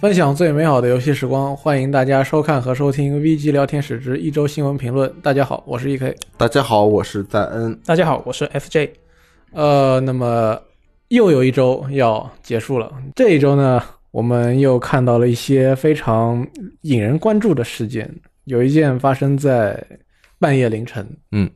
分享最美好的游戏时光，欢迎大家收看和收听 VG 聊天室之一周新闻评论。大家好，我是 E EK。大家好，我是赞恩。大家好，我是 FJ。呃，那么又有一周要结束了，这一周呢，我们又看到了一些非常引人关注的事件。有一件发生在半夜凌晨，嗯，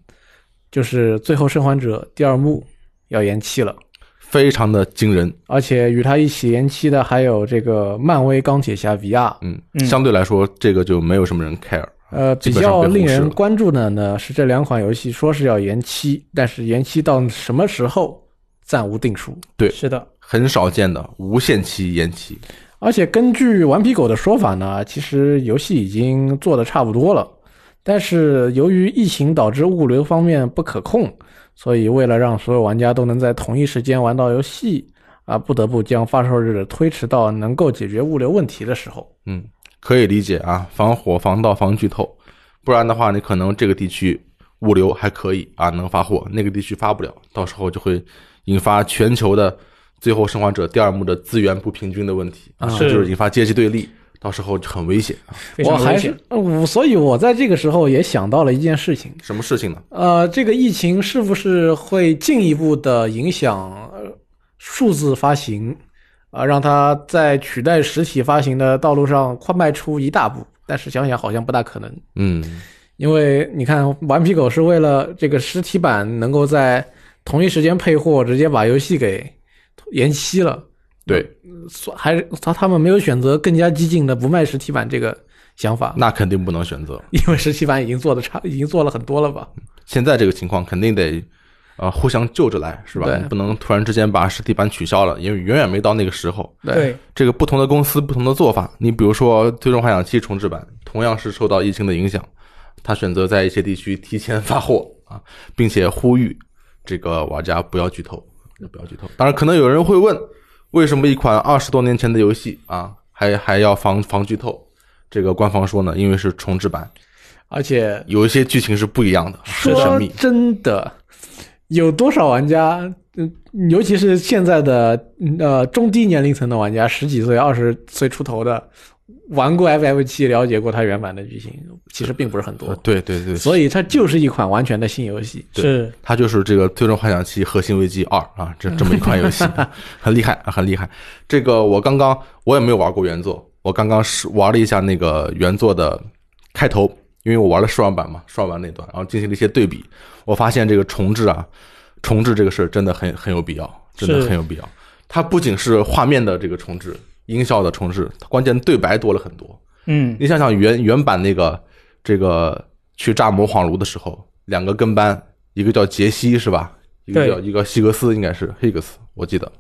就是《最后生还者》第二幕要延期了。非常的惊人，而且与它一起延期的还有这个漫威钢铁侠 VR，嗯，嗯相对来说，这个就没有什么人 care。呃，基比本上较被忽视令人了关注的呢是这两款游戏说是要延期，但是延期到什么时候暂无定数。对是的，很少见的无限期延期，而且根据顽皮狗的说法呢，其实游戏已经做的差不多了，但是由于疫情导致物流方面不可控，所以为了让所有玩家都能在同一时间玩到游戏，啊，不得不将发售日推迟到能够解决物流问题的时候。嗯，可以理解啊，防火、防盗、防剧透，不然的话，你可能这个地区物流还可以啊，能发货，那个地区发不了，到时候就会引发全球的《最后生还者》第二幕的资源不平均的问题，啊这是就是引发阶级对立，到时候就很危险。非我常还危是险。呃我，所以我在这个时候也想到了一件事情，什么事情呢？呃，这个疫情是不是会进一步的影响呃数字发行啊、让它在取代实体发行的道路上快迈出一大步？但是想想好像不大可能，嗯，因为你看，顽皮狗是为了这个实体版能够在同一时间配货，直接把游戏给延期了，对，嗯所还是他他们没有选择更加激进的不卖实体版这个想法，那肯定不能选择。因为实体版已经做的差，已经做了很多了吧？现在这个情况肯定得，呃，互相救着来，是吧？对你不能突然之间把实体版取消了，因为远远没到那个时候。对，这个不同的公司不同的做法，你比如说《最终幻想七》重置版，同样是受到疫情的影响，他选择在一些地区提前发货啊，并且呼吁这个玩家不要剧透，不要剧透。当然，可能有人会问，为什么一款二十多年前的游戏啊，还还要防防剧透？这个官方说呢，因为是重置版，而且有一些剧情是不一样的，很神说秘。真的，有多少玩家，嗯，尤其是现在的嗯呃中低年龄层的玩家，十几岁、二十岁出头的，玩过 FF 七，了解过它原版的剧情，其实并不是很多。呃对对对，所以它就是一款完全的新游戏。对是它就是这个《最终幻想七：核心危机二》啊，这这么一款 游戏，很厉害，啊很厉害。这个我刚刚我也没有玩过原作，我刚刚是玩了一下那个原作的开头，因为我玩了试玩版嘛，试玩版那段，然后进行了一些对比，我发现这个重置啊，重置这个事儿真的很很有必要，真的是很有必要。它不仅是画面的这个重置、音效的重置，它关键对白多了很多。嗯，你想想原原版那个这个去炸魔谎炉的时候，两个跟班，一个叫杰西是吧？一个对叫一个希格斯应该是 Higgs，我记得，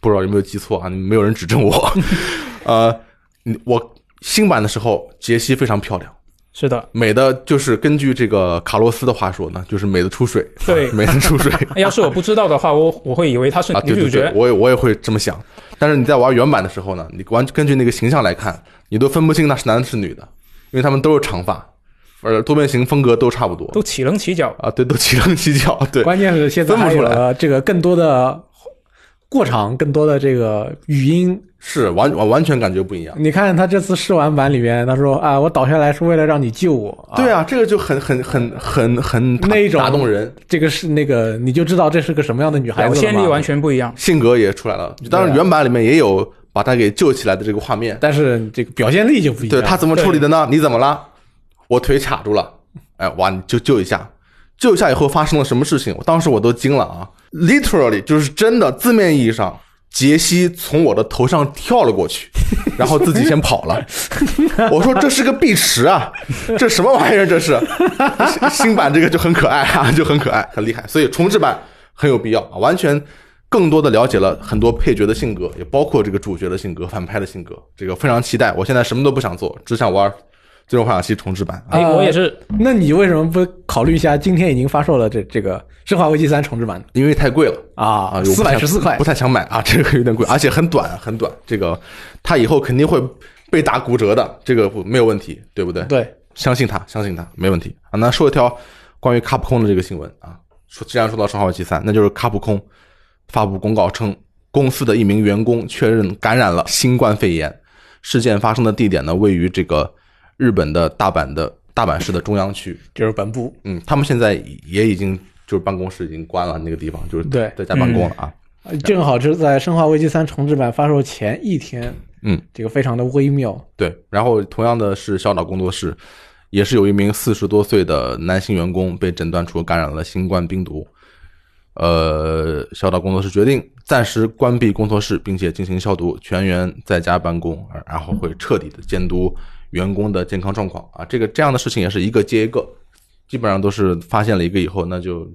不知道有没有记错啊？没有人指正我。 呃，你我新版的时候，杰西非常漂亮，是的，美的就是根据这个卡洛斯的话说呢，就是美的出水，对美的出水。要是我不知道的话，我我会以为他是啊，女对对主对角，。我也我也会这么想。但是你在玩原版的时候呢，你完根据那个形象来看，你都分不清那是男的是女的，因为他们都是长发，而多面型风格都差不多都起棱起角，啊，对，都齐棱齐角，对，关键是现在分不还有出来了这个更多的过场，更多的这个语音是完完完全感觉不一样。你看他这次试玩版里面，他说啊，我倒下来是为了让你救我。啊对啊，这个就很很很很很打那种打动人，这个是那个，你就知道这是个什么样的女孩表子了现嘛力完全不一样。性格也出来了。当然，原版里面也有把他给救起来的这个画面，但是这个表现力就不一样。对他怎么处理的呢？你怎么了？我腿卡住了，哎，哇，你就救一下，救一下以后发生了什么事情？我当时我都惊了啊！Literally 就是真的字面意义上，杰西从我的头上跳了过去，然后自己先跑了。 我说这是个碧池 啊，这什么玩意儿？这是新新版这个就很可爱啊， 就很可爱，很厉害。所以重置版很有必要啊，完全更多的了解了很多配角的性格，也包括这个主角的性格、反派的性格。这个非常期待，我现在什么都不想做，只想玩《最终幻想七》重置版啊。哎，啊我也是，那你为什么不考虑一下？今天已经发售了这这个《生化危机三》重置版因为太贵了啊啊，，四百十四块不。太想买啊，这个有点贵，而且很短很短。这个它以后肯定会被打骨折的，这个不没有问题，对不对？对，相信他，相信他，没问题啊。那说一条关于卡普空的这个新闻啊，说既然说到《生化危机三》，那就是卡普空发布公告称，公司的一名员工确认感染了新冠肺炎，事件发生的地点呢，位于这个日本的大阪的大阪市的中央区。就是本部，嗯，他们现在也已经就是办公室已经关了那个地方，就是对在家办公了啊。呃正好是在《生化危机三》重制版发售前一天，嗯，这个非常的微妙，对，然后同样的是小岛工作室，也是有一名四十多岁的男性员工被诊断出感染了新冠病毒。呃，小岛工作室决定暂时关闭工作室，并且进行消毒，全员在家办公，而然后会彻底的监督员工的健康状况啊。这个这样的事情也是一个接一个，基本上都是发现了一个以后，那就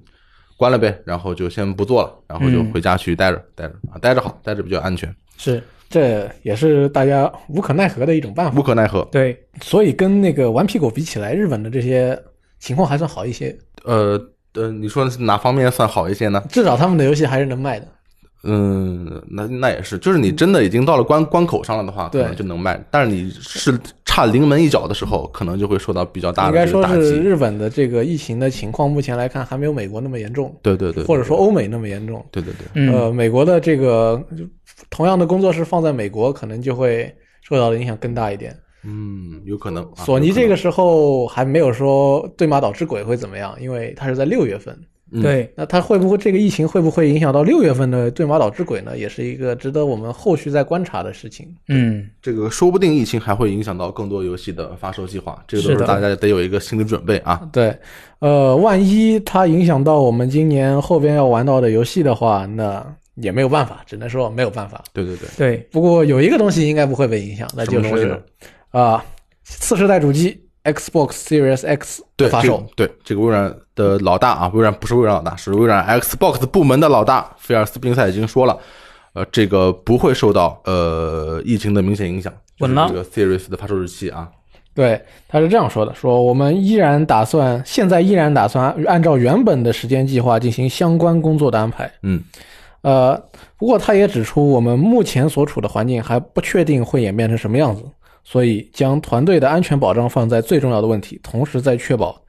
关了呗，然后就先不做了，然后就嗯回家去待着，待着啊，待着好，待着比较安全，是这也是大家无可奈何的一种办法。无可奈何。对，所以跟那个顽皮狗比起来，日本的这些情况还算好一些，呃呃，你说是哪方面算好一些呢？至少他们的游戏还是能卖的。嗯，那那也是，就是你真的已经到了关关口上了的话，可对能就能卖。但是你是差临门一脚的时候，可能就会受到比较大应的该这个说打是击。日本的这个疫情的情况，目前来看还没有美国那么严重，对对对，对或者说欧美那么严重。对对对，嗯，呃，美国的这个就同样的工作室放在美国，可能就会受到的影响更大一点。嗯，有可能。啊索尼这，有个时候还没有说对马岛之鬼会怎么样，因为它是在六月份。嗯对，那它会不会这个疫情会不会影响到六月份的对马岛之鬼呢？也是一个值得我们后续再观察的事情。嗯，可能这个说不定疫情还会影响到更多游戏的发售计划，这个都是是的大家得有一个心理准备啊。对，呃，万一它影响到我们今年后边要玩到的游戏的话，那也没有办法，只能说没有办法。对对对，对，不过有一个东西应该不会被影响，那就什么东西是呢啊、次世代主机 Xbox Series X 对的发这售个。对这个微软的老大啊，微软不是微软老大，是微软 Xbox 部门的老大菲尔斯宾塞已经说了，呃，这个不会受到呃疫情的明显影响。稳了就是这个 Series 的发售日期啊，对，他是这样说的：说我们依然打算，现在依然打算按照原本的时间计划进行相关工作的安排。嗯，呃，不过他也指出，我们目前所处的环境还不确定会演变成什么样子，所以将团队的安全保障放在最重要的问题，同时在确保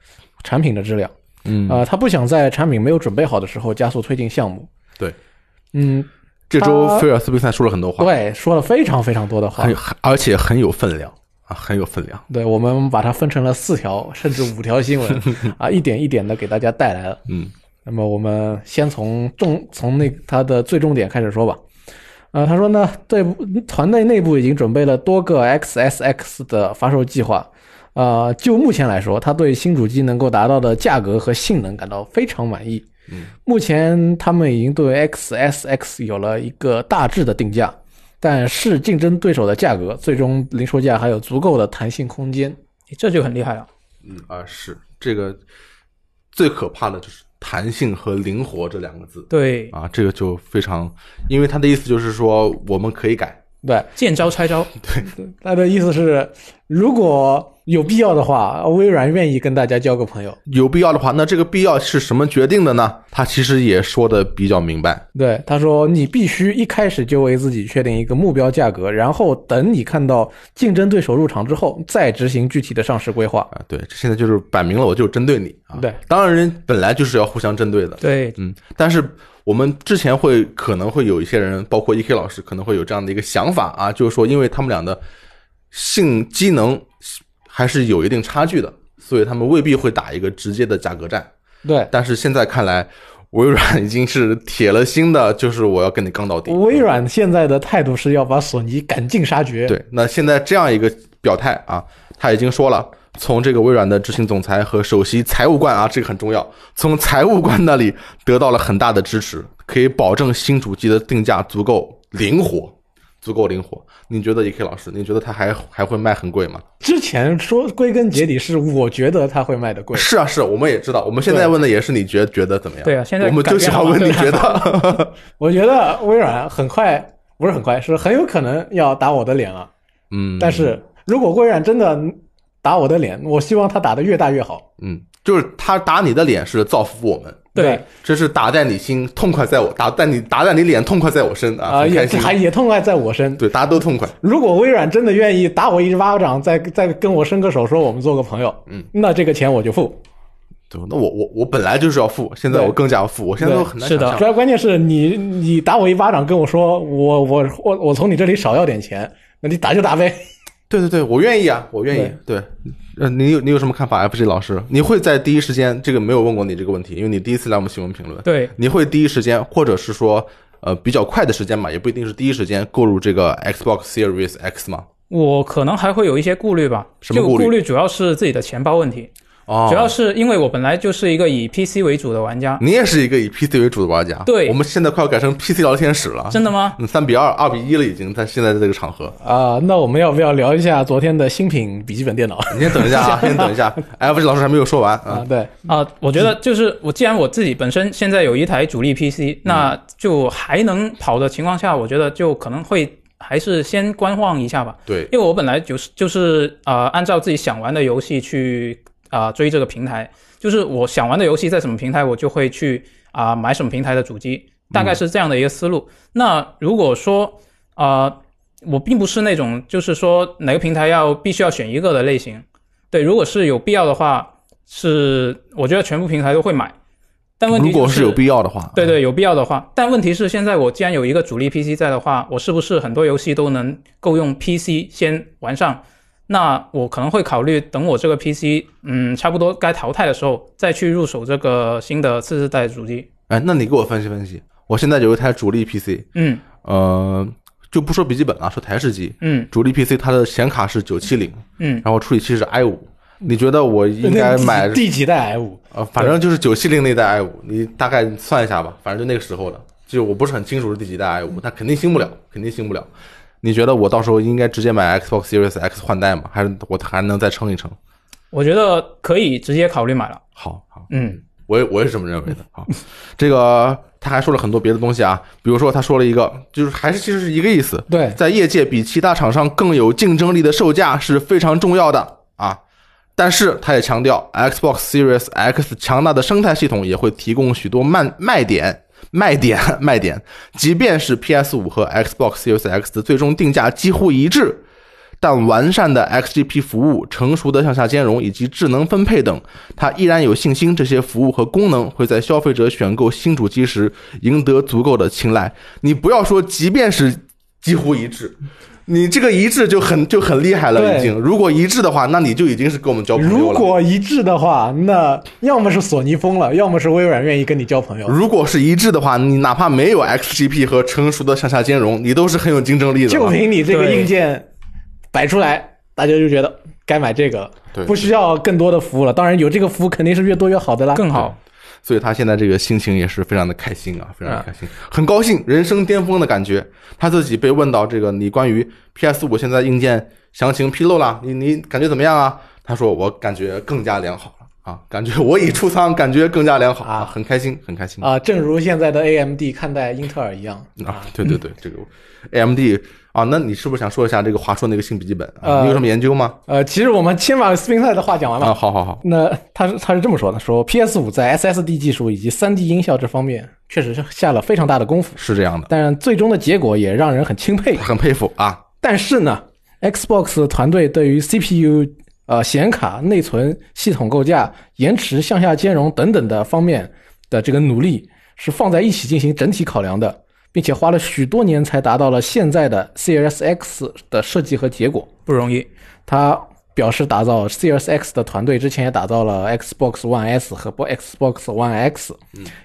产品的质量。嗯呃，他不想在产品没有准备好的时候加速推进项目。对，嗯，这周他菲尔斯宾塞说了很多话，哎对，说了非常非常多的话很，有很而且很有分量啊，很有分量。对，我们把它分成了四条甚至五条新闻啊，一点一点的给大家带来了。嗯，那么我们先从重从那它的最重点开始说吧。呃，他说呢，对团队内部已经准备了多个 XSX 的发售计划。呃，就目前来说，他对新主机能够达到的价格和性能感到非常满意。嗯，目前他们已经对 XSX 有了一个大致的定价，但是竞争对手的价格，最终零售价还有足够的弹性空间。这就很厉害了，嗯啊，是这个最可怕的就是弹性和灵活这两个字对，啊，这个就非常，因为他的意思就是说我们可以改，对，见招拆招，他的意思是，如果有必要的话，微软愿意跟大家交个朋友。有必要的话，那这个必要是什么决定的呢？他其实也说的比较明白。对，他说你必须一开始就为自己确定一个目标价格，然后等你看到竞争对手入场之后，再执行具体的上市规划。啊，对，这现在就是摆明了，我就针对你啊。对，当然人本来就是要互相针对的。对，嗯，但是我们之前会可能会有一些人，包括 E.K 老师，可能会有这样的一个想法啊，就是说，因为他们俩的性机能还是有一定差距的，所以他们未必会打一个直接的价格战。对，但是现在看来，微软已经是铁了心的，就是我要跟你刚到底。微软现在的态度是要把索尼赶尽杀绝。对，那现在这样一个表态啊，他已经说了，从这个微软的执行总裁和首席财务官啊，这个很重要，从财务官那里得到了很大的支持，可以保证新主机的定价足够灵活，足够灵活。你觉得 E.K 老师，你觉得它还还会卖很贵吗？之前说归根结底是我觉得它会卖的贵，是啊，是啊我们也知道，我们现在对问的也是你觉觉得怎么样？对啊啊现在我们就喜欢问你觉 得。我觉得微软很快不是很快，是很有可能要打我的脸啊了。嗯，但是如果微软真的打我的脸，我希望他打得越大越好。嗯，就是他打你的脸是造福我们。对，这是打在你心，痛快在我；打在你打在你脸，痛快在我身啊，啊，很也开心。还也痛快在我身。对，大家都痛快。如果微软真的愿意打我一巴掌，再再跟我伸个手，说我们做个朋友，嗯，那这个钱我就付。对，那我我我本来就是要付，现在对我更加要付，我现在都很难是想的象。主要关键是你你打我一巴掌，跟我说我我我我从你这里少要点钱，那你打就打呗。对对对，我愿意啊，我愿意。对，呃，你有你有什么看法？FG 老师，你会在第一时间这个没有问过你这个问题，因为你第一次来我们新闻评论，对，你会第一时间，或者是说呃比较快的时间嘛，也不一定是第一时间购入这个 Xbox Series X 嘛。我可能还会有一些顾虑吧。什么这顾个虑顾虑主要是自己的钱包问题，哦，嗯主要是因为我本来就是一个以 PC 为主的玩家。你也是一个以 PC 为主的玩家，对我们现在快要改成 PC 聊天室了，真的吗？嗯，三比二，二比一了已经，在现在的这个场合。啊、那我们要不要聊一下昨天的新品笔记本电脑你先等一下 啊，先等一下，FG 老师还没有说完啊。啊？ 对，啊、我觉得就是我，既然我自己本身现在有一台主力 PC，那就还能跑的情况下，我觉得就可能会还是先观望一下吧。对，因为我本来就是就是呃，按照自己想玩的游戏去啊、呃追这个平台，就是我想玩的游戏在什么平台，我就会去啊、买什么平台的主机，大概是这样的一个思路。那如果说啊、呃我并不是那种就是说哪个平台要必须要选一个的类型，对，如果是有必要的话，是我觉得全部平台都会买，但问题、如就是、果是有必要的话，对对，有必要的话。但问题是，现在我既然有一个主力 PC 在的话，我是不是很多游戏都能够用 PC 先玩上？那我可能会考虑等我这个 PC，嗯，差不多该淘汰的时候，再去入手这个新的次世代主机。哎，那你给我分析分析，我现在有一台主力 PC，嗯呃，就不说笔记本了，说台式机，嗯主力 PC 它的显卡是九七零，嗯，然后处理器是 i 五，你觉得我应该买那第几第几代哎 i 五？呃，反正就是九七零那代 i 五，你大概算一下吧，反正就那个时候的，就我不是很清楚是第几代 i 五，但肯定新不了，肯定新不了。你觉得我到时候应该直接买 Xbox Series X 换代吗？还是我还能再撑一撑？我觉得可以直接考虑买了。好好，嗯我也我也是这么认为的。好，这个他还说了很多别的东西啊，比如说他说了一个，就是还是其实是一个意思，对，在业界比其他厂商更有竞争力的售价是非常重要的啊。但是他也强调，Xbox Series X 强大的生态系统也会提供许多卖卖点。卖点卖点，即便是 PS 5和 Xbox Series X 的最终定价几乎一致，但完善的 XGP 服务、成熟的向下兼容以及智能分配等，他依然有信心这些服务和功能会在消费者选购新主机时赢得足够的青睐。你不要说，即便是几乎一致，你这个一致就很就很厉害了，对已经。如果一致的话，那你就已经是跟我们交朋友如了。果一致的话，那要么是索尼疯了，要么是微软愿意跟你交朋友。如果是一致的话，你哪怕没有 XGP 和成熟的向下兼容，你都是很有竞争力的就了。凭你这个对硬件摆出来，大家就觉得该买这个了对，不需要更多的服务了。当然，有这个服务肯定是越多越好的啦。更好。所以他现在这个心情也是非常的开心啊，非常的开心，很高兴，人生巅峰的感觉。他自己被问到这个你关于 PS 五现在硬件详情披露了，你你感觉怎么样啊？他说我感觉更加良好了啊，感觉我已出仓，感觉更加良好啊很开心，很开心啊、正如现在的 AMD 看待英特尔一样。啊！对对对，这个 AMD 啊，那你是不是想说一下这个华硕那个新笔记本啊？呃你有什么研究吗？呃，其实我们先把斯宾塞的话讲完吧。啊，好好好，那他是他是这么说的：说 PS 五在 SSD 技术以及 3D 音效这方面确实是下了非常大的功夫，是这样的，但最终的结果也让人很钦佩。很佩服啊，但是呢，Xbox 团队对于 CPU、呃显卡、内存、系统构架、延迟向下兼容等等的方面的这个努力是放在一起进行整体考量的，并且花了许多年才达到了现在的 CRS X 的设计和结果。不容易，他表示，打造 Series X 的团队之前也打造了 Xbox One S 和 Xbox One X，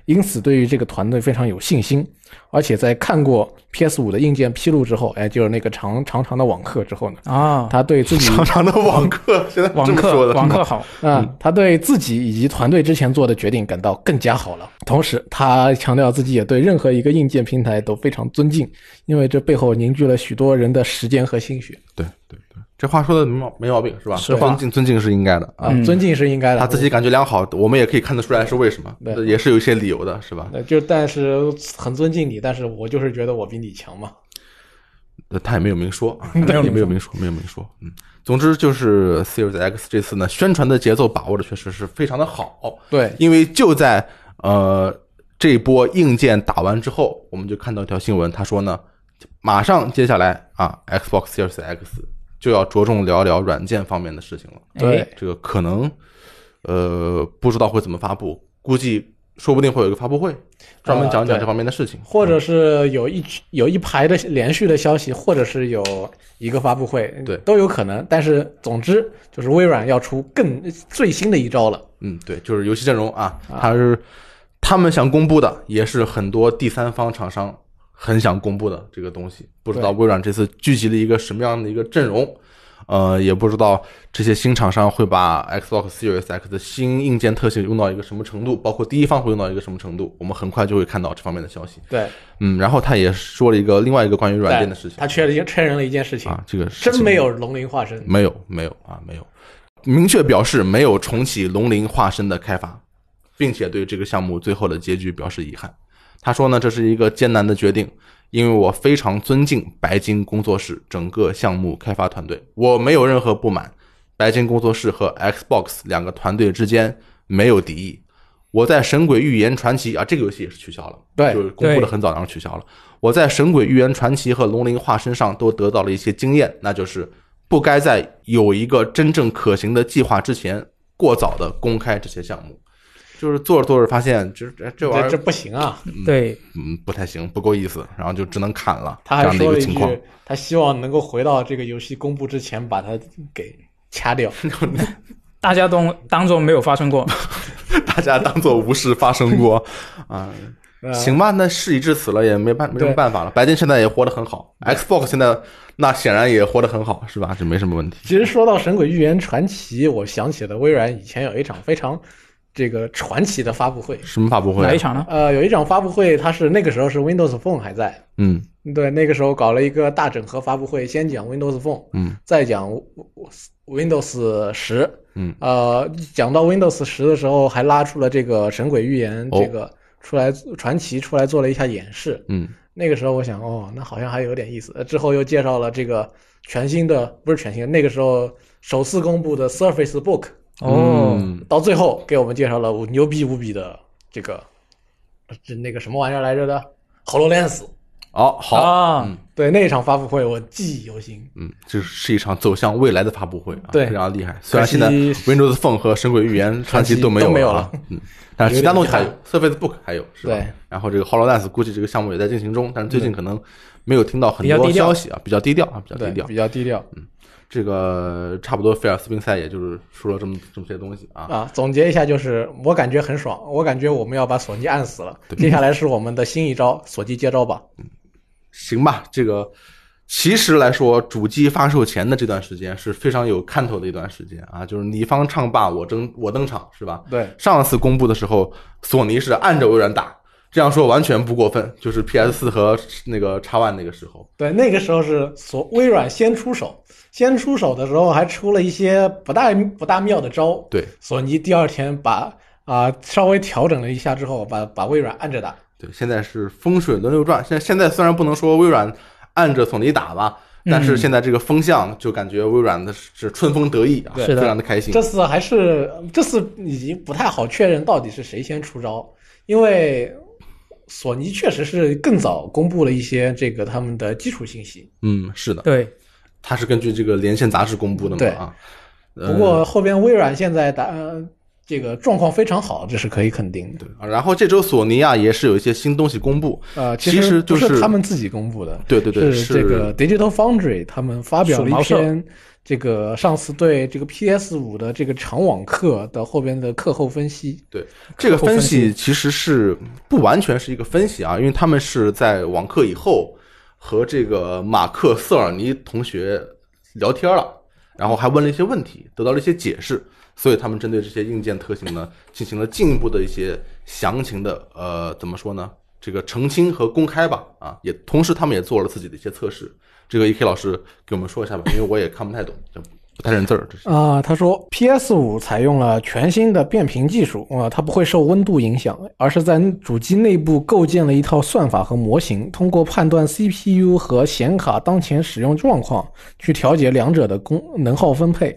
因嗯此对于这个团队非常有信心。而且在看过 PS 五的硬件披露之后，哎，就是那个长长长的网课之后呢，啊，他对自己 长长的网课，现在这网么说的课，网课好，啊、他对自己以及团队之前做的决定感到更加好了。同时，他强调自己也对任何一个硬件平台都非常尊敬，因为这背后凝聚了许多人的时间和心血对对对，这话说的没毛没毛病是吧？实话尊敬尊敬是应该的啊。啊，尊敬是应该的。他自己感觉良好，我们也可以看得出来是为什么，对这也是有一些理由的，是吧？呃，就但是很尊敬你，但是我就是觉得我比你强嘛。呃他也没有明说啊，没有也明 没有明说，没有明说。嗯，总之就是 Series X 这次呢，宣传的节奏把握的确实是非常的好，对，因为就在呃这波硬件打完之后，我们就看到一条新闻，他说呢，马上接下来啊，Xbox Series X 就要着重聊聊软件方面的事情了。对哎这个可能呃不知道会怎么发布，估计说不定会有一个发布会，专门讲讲这方面的事情。或者是有一有一排的连续的消息，或者是有一个发布会，对都有可能。但是总之就是微软要出更最新的一招了。嗯，对，就是游戏阵容啊，它是他们想公布的，也是很多第三方厂商很想公布的这个东西。不知道微软这次聚集了一个什么样的一个阵容，呃，也不知道这些新厂商会把 Xbox Series X 的新硬件特性用到一个什么程度，包括第一方会用到一个什么程度，我们很快就会看到这方面的消息。对，嗯，然后他也说了一个另外一个关于软件的事情他确认确认了一件事情，啊，这个事情真没有龙鳞化身。没有，没有啊，没有，明确表示没有重启《龙鳞化身》的开发，并且对这个项目最后的结局表示遗憾。他说呢，这是一个艰难的决定，因为我非常尊敬白金工作室整个项目开发团队，我没有任何不满。白金工作室和 Xbox 两个团队之间没有敌意。我在《神鬼寓言传奇》啊，这个游戏也是取消了，对就是公布的很早，然后取消了。我在《神鬼寓言传奇》和《龙鳞化身》上都得到了一些经验，那就是不该在有一个真正可行的计划之前，过早的公开这些项目。就是做着做着发现，就是这这玩意这儿这不行啊！对，嗯，不太行，不够意思，然后就只能砍了。他这还样的说了一个一情况， 句，他希望能够回到这个游戏公布之前把它给掐 掉。大家都当做没有发生过。大家当做无事发 生过啊。呃行吧，那事已至此了，也没办没什么对办法了。白金现在也活得很好，Xbox 现在那显然也活得很好，是吧？这没什么问题。其实说到《神鬼寓言传奇》，我想起了微软以前有一场非常这个传奇的发布会。什么发布会、哪一啊？场呢？呃，有一场发布会，它是那个时候是 Windows Phone 还在，嗯对，那个时候搞了一个大整合发布会，先讲 Windows Phone，嗯，再讲 Windows 十，嗯，呃，讲到 Windows 十的时候，还拉出了这个《神鬼寓言》哦这个出来传奇出来做了一下演示。嗯那个时候我想，哦，那好像还有点意思。呃之后又介绍了这个全新的，不是全新的，那个时候首次公布的 Surface Book，哦，嗯到最后给我们介绍了牛逼无比的这个这那个什么玩意儿来着的 HoloLens。哦好，啊，对那一场发布会我记忆犹新，嗯，这是一场走向未来的发布会啊，对非常厉害。虽然可惜现在 Windows Phone 和《神鬼寓言传奇》都没都没有有啊，嗯，但是其他东西还有，Surface Book 还有，是吧对？然后这个 HoloLens 估计这个项目也在进行中，但是最近可能没有听到很比较多低调消息啊，比较低调啊，比较低对，调。嗯比较低调这个差不多菲尔斯宾塞也就是说了这么这么些东西啊，啊。总结一下就是，我感觉很爽，我感觉我们要把索尼按死了。接下来是我们的新一招，索尼接招吧。行吧，这个。其实来说，主机发售前的这段时间是非常有看头的一段时间啊，就是你方唱罢我登我登场是吧？对，上次公布的时候，索尼是按着微软打，这样说完全不过分，就是 PS 四和那个 X One 那个时候，对，那个时候是索微软先出手，先出手的时候还出了一些不大不大妙的招。对索尼第二天把啊、稍微调整了一下之后，把把微软按着打。对，现在是风水轮流转，现在现在虽然不能说微软按着索尼打吧，但嗯是现在这个风向就感觉微软的是春风得意啊，对非常的开心这，次还是这次已经不太好确认到底是谁先出招，因为索尼确实是更早公布了一些这个他们的基础信息，嗯，是的，对，它是根据这个连线杂志公布的对嘛啊，呃不过后边微软现在打、呃这个状况非常好，这是可以肯定的。对，啊然后这周索尼啊也是有一些新东西公布，呃，其实实就不是是他们自己公布的，对对对，是这个 Digital Foundry 他们发表了鼠一毛社篇这个上次对这个 PS 五的这个长网课的后边的课后分析。对，这个分析其实是不完全是一个分析啊，因为他们是在网课以后和这个马克·瑟尔尼同学聊天了，然后还问了一些问题，得到了一些解释，所以他们针对这些硬件特性呢，进行了进一步的一些详情的呃，怎么说呢？这个澄清和公开吧，啊，也同时他们也做了自己的一些测试。这个 E.K 老师给我们说一下吧，因为我也看不太懂，就不太认字儿，这是啊、他说 PS 五采用了全新的变频技术，啊、它不会受温度影响，而是在主机内部构建了一套算法和模型，通过判断 CPU 和显卡当前使用状况，去调节两者的功能耗分配。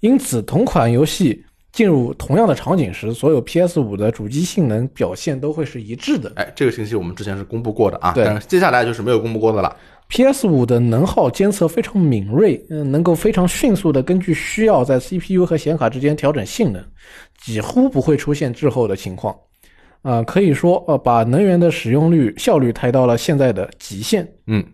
因此，同款游戏进入同样的场景时，所有 PS 五的主机性能表现都会是一致的。哎，这个信息我们之前是公布过的啊，对但是接下来就是没有公布过的了。 PS 五的能耗监测非常敏锐，嗯、能够非常迅速的根据需要在 CPU 和显卡之间调整性能，几乎不会出现滞后的情况。啊、可以说呃把能源的使用率效率抬到了现在的极限。嗯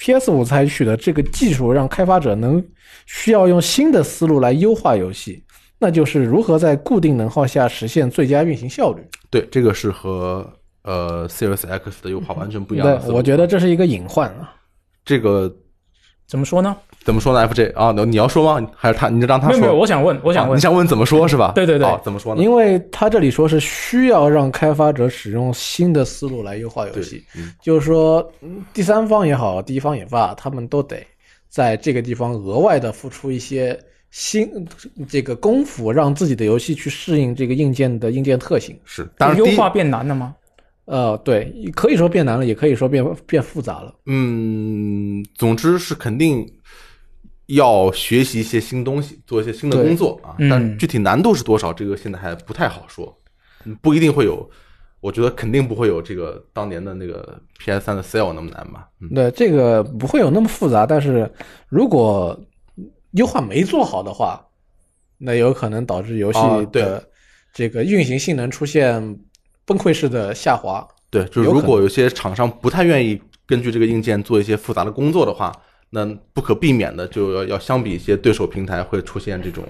PS 5采取的这个技术，让开发者能需要用新的思路来优化游戏，那就是如何在固定能耗下实现最佳运行效率。对，这个是和呃 Series X 的优化完全不一样的嗯思对，路。我觉得这是一个隐患啊。这个怎么说呢？怎么说呢？FJ 啊，你要说吗？还是他？你就让他没有说。没有，我想问，我我想你问，想问怎么说是吧？对对对哦怎么说呢？因为他这里说是需要让开发者使用新的思路来优化游对戏，，嗯就是说嗯第三方也好，第一方也罢，他们都得在这个地方额外的付出一些新这个功夫，让自己的游戏去适应这个硬件的硬件特性。是。当然，优第一化变难了吗？呃，对，可以说变难了，也可以说变变复杂了。嗯，总之是肯定要学习一些新东西，做一些新的工作啊。嗯但具体难度是多少，这个现在还不太好说，嗯不一定会有。我觉得肯定不会有这个当年的那个 PS 三的 Sale 那么难吧？嗯，对，这个不会有那么复杂，但是如果优化没做好的话，那有可能导致游戏啊对的这个运行性能出现崩溃式的下滑。对，就是有可如能果有些厂商不太愿意根据这个硬件做一些复杂的工作的话，那不可避免的就要要相比一些对手平台会出现这种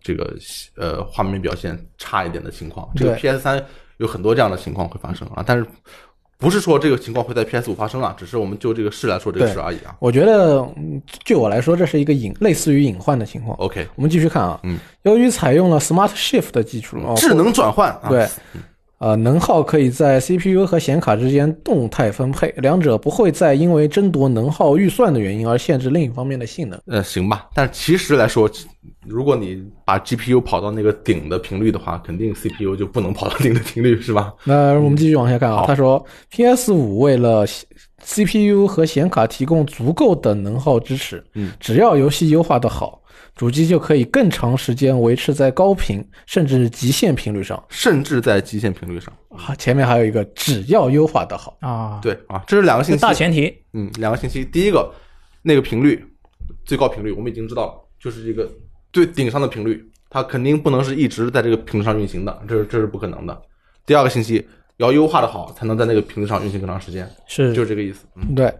这个呃画面表现差一点的情况。这个对 PS 三有很多这样的情况会发生啊，但是不是说这个情况会在 PS 五发生啊？只是我们就这个事来说这个对事而已啊。我觉得，嗯据我来说，这是一个隐类似于隐患的情况。 OK，我们继续看啊，哦嗯，由于采用了 Smart Shift 的技术，哦智能转换啊，对，呃，能耗可以在 CPU 和显卡之间动态分配，两者不会再因为争夺能耗预算的原因而限制另一方面的性能。呃，行吧，但是其实来说，如果你把 GPU 跑到那个顶的频率的话，肯定 CPU 就不能跑到顶的频率，是吧？那我们继续往下看啊嗯好。他说，PS 五为了 CPU 和显卡提供足够的能耗支持，嗯，只要游戏优化的好，主机就可以更长时间维持在高频甚至极限频率上。甚至在极限频率上。啊，前面还有一个，只要优化的好，啊，，对啊，这是两个信息大，前提嗯，两个信息。第一个，那个频率最高频率我们已经知道了，就是这个最顶上的频率，它肯定不能是一直在这个频率上运行的，这是这是不可能的。第二个信息，要优化的好，才能在那个频率上运行更长时间，是就是这个意思。嗯，对。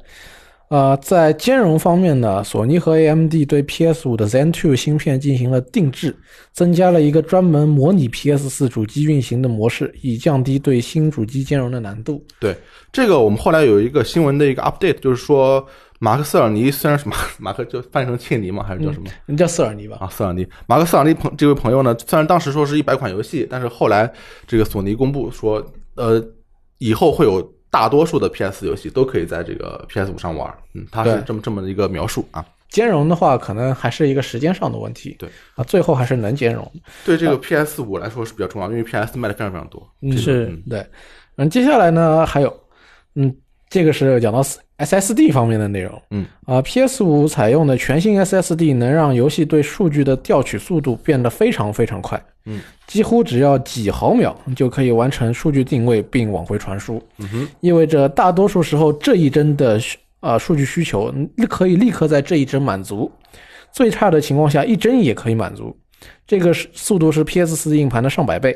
呃，在兼容方面呢，索尼和 AMD 对 PS 5的 Zen 2芯片进行了定制，增加了一个专门模拟 PS 4主机运行的模式，以降低对新主机兼容的难度。对，这个我们后来有一个新闻的一个 update，就是说马克·瑟尔尼虽然是马马克就翻译成切尼嘛，还是叫什么？你叫瑟尔尼吧？啊，瑟尔尼，马克·瑟尔尼朋这位朋友呢，虽然当时说是一百款游戏，但是后来这个索尼公布说，呃，以后会有大多数的 PS 游戏都可以在这个 PS 五上玩。嗯，他是对这么这么一个描述啊。兼容的话，可能还是一个时间上的问题。对啊，最后还是能兼容。对这个 PS 五来说是比较重要，因为 PS 卖的非常非常多。啊嗯是嗯对，嗯，接下来呢还有，嗯，这个是讲到 S- SSD 方面的内容。嗯啊，PS 5采用的全新 SSD 能让游戏对数据的调取速度变得非常非常快。嗯，几乎只要几毫秒就可以完成数据定位并往回传输。嗯哼，意味着大多数时候这一帧的需啊、数据需求嗯可以立刻在这一帧满足，最差的情况下一帧也可以满足。这个是速度是 PS 4硬盘的上百倍。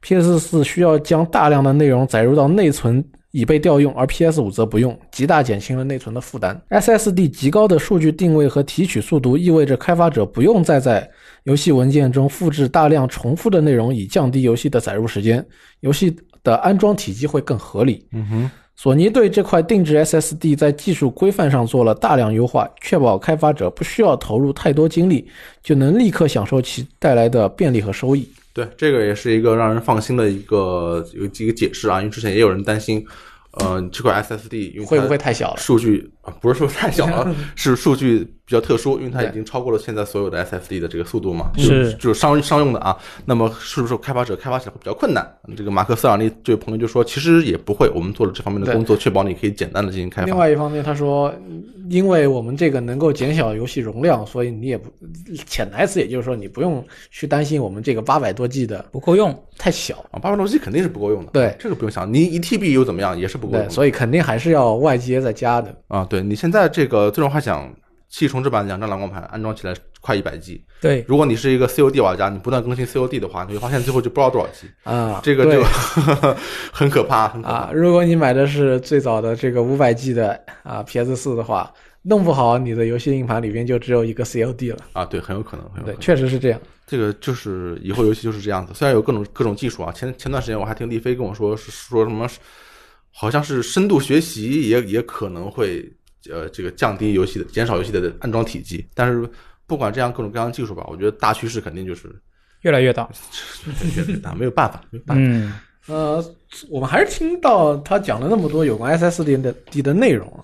PS 4需要将大量的内容载入到内存以备调用，而 PS 5则不用，极大减轻了内存的负担。SSD 极高的数据定位和提取速度意味着开发者不用再在游戏文件中复制大量重复的内容，以降低游戏的载入时间，游戏的安装体积会更合理。嗯哼，索尼对这块定制 SSD 在技术规范上做了大量优化，确保开发者不需要投入太多精力，就能立刻享受其带来的便利和收益。对，这个也是一个让人放心的一个有一个解释啊，因为之前也有人担心，呃，这块 SSD 因为它会不会太小了？数据啊，不是说太 小了，是数据比较特殊，因为它对嗯已经超过了现在所有的 SSD 的这个速度嘛，是就就是商商用的啊。那么是不是开发者开发起来会比较困难？这个马克瑟尔尼这位朋友就说，其实也不会，我们做了这方面的对工作，确保你可以简单的进行开另发。外一方面，他说，因为我们这个能够减小游戏容量，所以你也不潜台词，也就是说你不用去担心我们这个八百多 G 的不够用，太小，啊，八百多 G 肯定是不够用的，对这个不用想，你一 TB 又怎么样，也是不够用对，的所以肯定还是要外接再加的。啊。对你现在这个《最终幻想气重置版两张蓝光盘安装起来快一百 G。对，如果你是一个 COD 玩家，你不断更新 COD 的话，你会发现最后就不知道多少 G，啊， 这个对就很可怕，很可怕。啊，如果你买的是最早的这个五百 G 的啊 PS 四的话，弄不好你的游戏硬盘里边就只有一个 COD 了。啊，对，很有可能，很有可对，能。确实是这样。这个就是以后游戏就是这样子，虽然有各种各种技术啊，前前段时间我还听丽飞跟我说是说什么，好像是深度学习也也可能会呃这个降低游戏的减少游戏的安装体积，但是不管这样各种各样的技术吧，我觉得大趋势肯定就是越来越大。啊没有办法，没有办法。嗯，呃，我们还是听到他讲了那么多有关 SSD 的 D 的内容。啊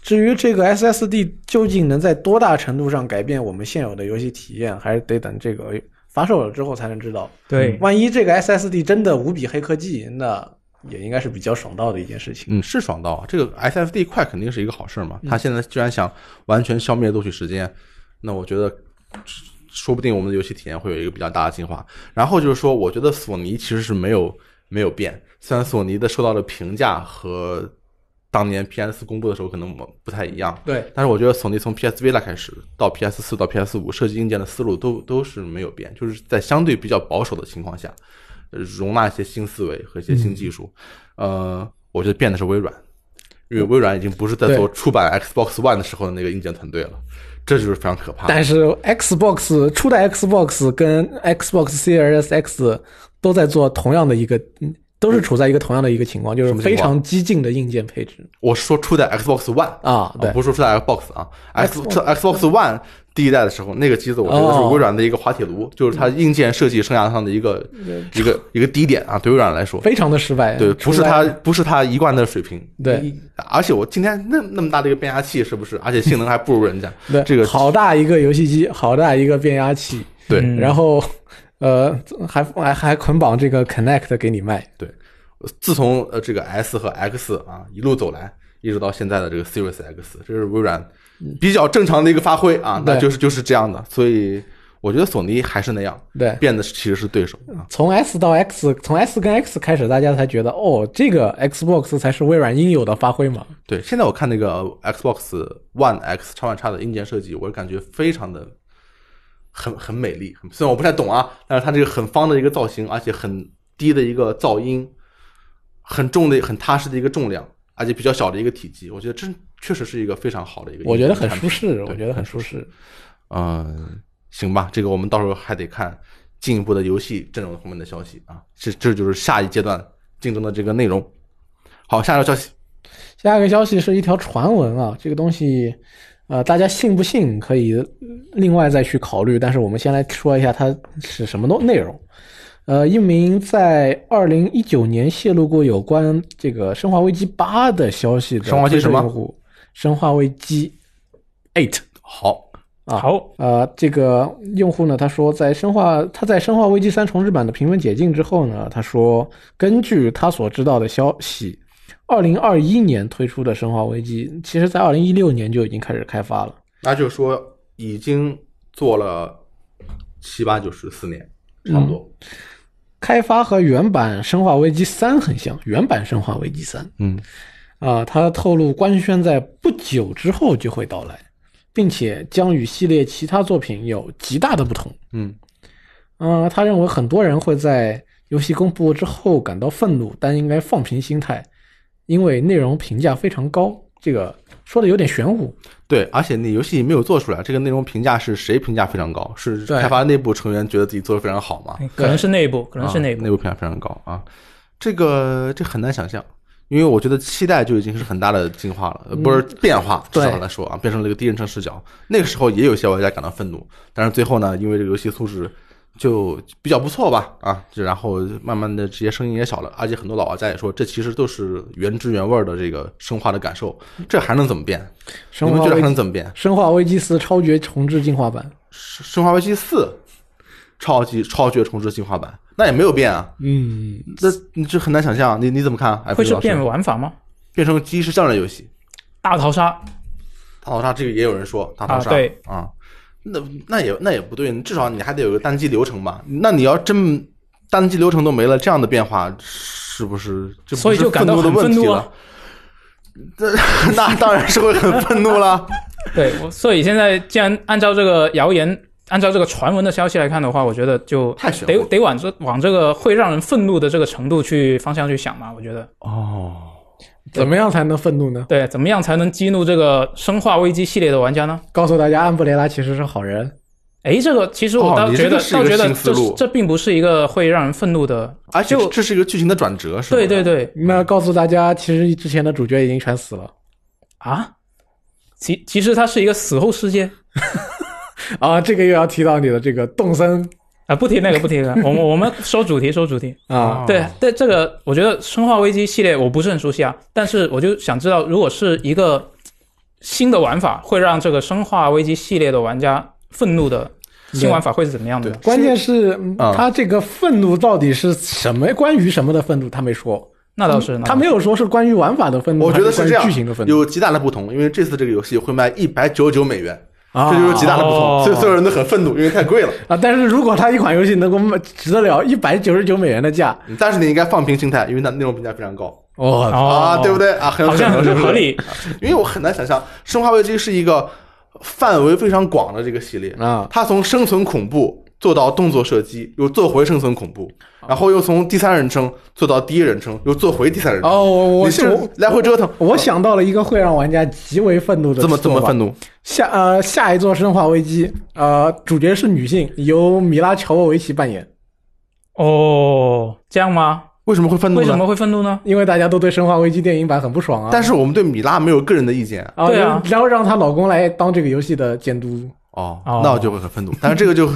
至于这个 SSD 究竟能在多大程度上改变我们现有的游戏体验，还是得等这个发售了之后才能知道。对，万一这个 SSD 真的无比黑科技，那也应该是比较爽到的一件事情。嗯，是爽到啊！这个 SSD 快肯定是一个好事儿嘛。他现在居然想完全消灭读取时间，那我觉得说不定我们的游戏体验会有一个比较大的进化。然后就是说，我觉得索尼其实是没有没有变，虽然索尼的受到的评价和当年 PS 公布的时候可能不不太一样，对，但是我觉得索尼从 PS Vita 开始到 PS 四到 PS 五设计硬件的思路都都是没有变，就是在相对比较保守的情况下，呃容纳一些新思维和一些新技术。嗯呃，我觉得变的是微软，因为微软已经不是在做出版 Xbox One 的时候的那个硬件团队了，这就是非常可怕。但是 Xbox 初代 Xbox 跟 Xbox Series X 都在做同样的一个，嗯都是处在一个同样的一个情况，就是什么情非况常激进的硬件配置我是说出在 Xbox One，啊。对啊，不是说出在 Xbox 啊 Xbox ，X Xbox One 第一代的时候，那个机子我觉得是哦微软的一个滑铁卢，就是它硬件设计生涯上的一个一个一个低点啊，对微软来说。非常的失败。对，除不是了他，不是他一贯的水平。对一，而且我今天那那么大的一个变压器，是不是？而且性能还不如人家 。对这个好大一个游戏机，好大一个变压器，对嗯然后 呃还还还捆绑这个 Connect 给你卖。对，自从呃这个 S 和 X 啊一路走来，一直到现在的这个 Series X，这是微软比较正常的一个发挥啊，嗯对那就是就是这样的。所以我觉得索尼还是那样，对，嗯变的是其实是对手啊。从 S 到 X，从 S 跟 X 开始，大家才觉得哦，这个 Xbox 才是微软应有的发挥嘛。对，现在我看那个 Xbox One X 叉 One 叉的硬件设计，我感觉非常的很很美丽。虽然我不太懂啊，但是它这个很方的一个造型，而且很低的一个噪音，很重的、很踏实的一个重量，而且比较小的一个体积，我觉得真确实是一个非常好的一个。我觉得很舒。适，我对觉得很舒适。嗯，行吧，这个我们到时候还得看进一步的游戏阵容方面的消息啊。这这就是下一阶段竞争的这个内容。好，下一个消息。下一个消息是一条传闻啊，这个东西，呃，大家信不信可以另外再去考虑。但是我们先来说一下它是什么东内容。呃，一名在二零一九年泄露过有关这个《生化危机八》的消息的生化危机什么推特用户？生化危机 Eight。好，啊好，呃，这个用户呢，他说在生化他在《生化危机三》重置版的评分解禁之后呢，他说根据他所知道的消息，二零二一年推出的《生化危机》，其实在二零一六年就已经开始开发了。那就是说已经做了七八九十四年，差不多。开发和原版《生化危机三》很像，原版《生化危机三》嗯，啊，他透露官宣在不久之后就会到来，并且将与系列其他作品有极大的不同。嗯，嗯，他认为很多人会在游戏公布之后感到愤怒，但应该放平心态，因为内容评价非常高。这个说的有点玄乎，对，而且你游戏没有做出来，这个内容评价是谁评价非常高？是对开发内部成员觉得自己做的非常好吗？可能是内部，可能是内啊内部。内部评价非常高啊，这个这很难想象。因为我觉得期待就已经是很大的进化了，呃不是变化，至对少来说啊，变成了一个第一人称视角。那个时候也有些玩家感到愤怒，但是最后呢，因为这个游戏素质就比较不错吧，啊，就然后慢慢的这些声音也小了，而且很多老玩家也说，这其实都是原汁原味儿的这个生化的感受，这还能怎么变？你生们化觉得危还机能怎么变？《生化危机四超绝重置进化版，生生化危机四》超级超绝重置进化版，那也没有变啊，嗯，这你这很难想象，你你怎么看啊？哎会不是知道变玩法吗？变成即时战略游戏，大逃杀，大逃杀这个也有人说大逃杀啊对啊那那也那也不对，至少你还得有个单机流程吧？那你要真单机流程都没了，这样的变化是不是这不所以是就感到愤怒的很问愤题怒了？啊 那当然是会很愤怒啦。对，我所以现在既然按照这个谣言，按照这个传闻的消息来看的话，我觉得就太玄乎得得往这往这个会让人愤怒的这个程度去方向去想嘛。我觉得， 哦，怎么样才能愤怒呢？对，怎么样才能激怒这个《生化危机》系列的玩家呢？告诉大家，安布雷拉其实是好人。哎，这个其实我哦倒你觉这得，个是一倒个觉得新思这路这并不是一个会让人愤怒的，而且就这是一个剧情的转折，是吧？对对对那告诉大家，其实之前的主角已经全死了啊，其其实它是一个死后世界啊！这个又要提到你的这个动森啊，不提那 个不提那个，我们我们说主题说主题，哦啊，对，对，这个我觉得《生化危机》系列我不是很熟悉啊，但是我就想知道，如果是一个新的玩法，会让这个《生化危机》系列的玩家愤怒的新玩法会是怎么样的呢？关键是嗯啊他这个愤怒到底是什么？关于什么的愤怒？他没说，那倒是，那他倒是没有说是关于玩法的愤怒，我觉得还是关这于样，剧情的愤怒有极大的不同，因为这次这个游戏会卖一百九十九美元，啊这就是极大的不哦同，所以所有人都很愤怒，因为太贵了。啊！但是如果他一款游戏能够卖值得了一百九十九美元的价，但是你应该放平心态，因为它内容评价非常高哦，啊，哦，对不？对啊？很有好可像能是很不是合。理，因为我很难想象《生化危机》是一个范围非常广的这个系列啊它从生存恐怖做到动作射击，又做回生存恐怖，啊然后又从第三人称做到第一人称，又做回第三人称。哦，我我你是我来回折腾，我想到了一个会让玩家极为愤怒的怎么怎么做法愤怒？下呃下一座《生化危机》呃主角是女性，由米拉乔沃维奇扮演，哦，这样吗？为什么会愤怒为呢？什么会愤怒呢？因为大家都对《生化危机》电影版很不爽啊。但是我们对米拉没有个人的意见啊啊，对啊然后让她老公来当这个游戏的监督。哦哦，那我就会很愤怒。但是这个就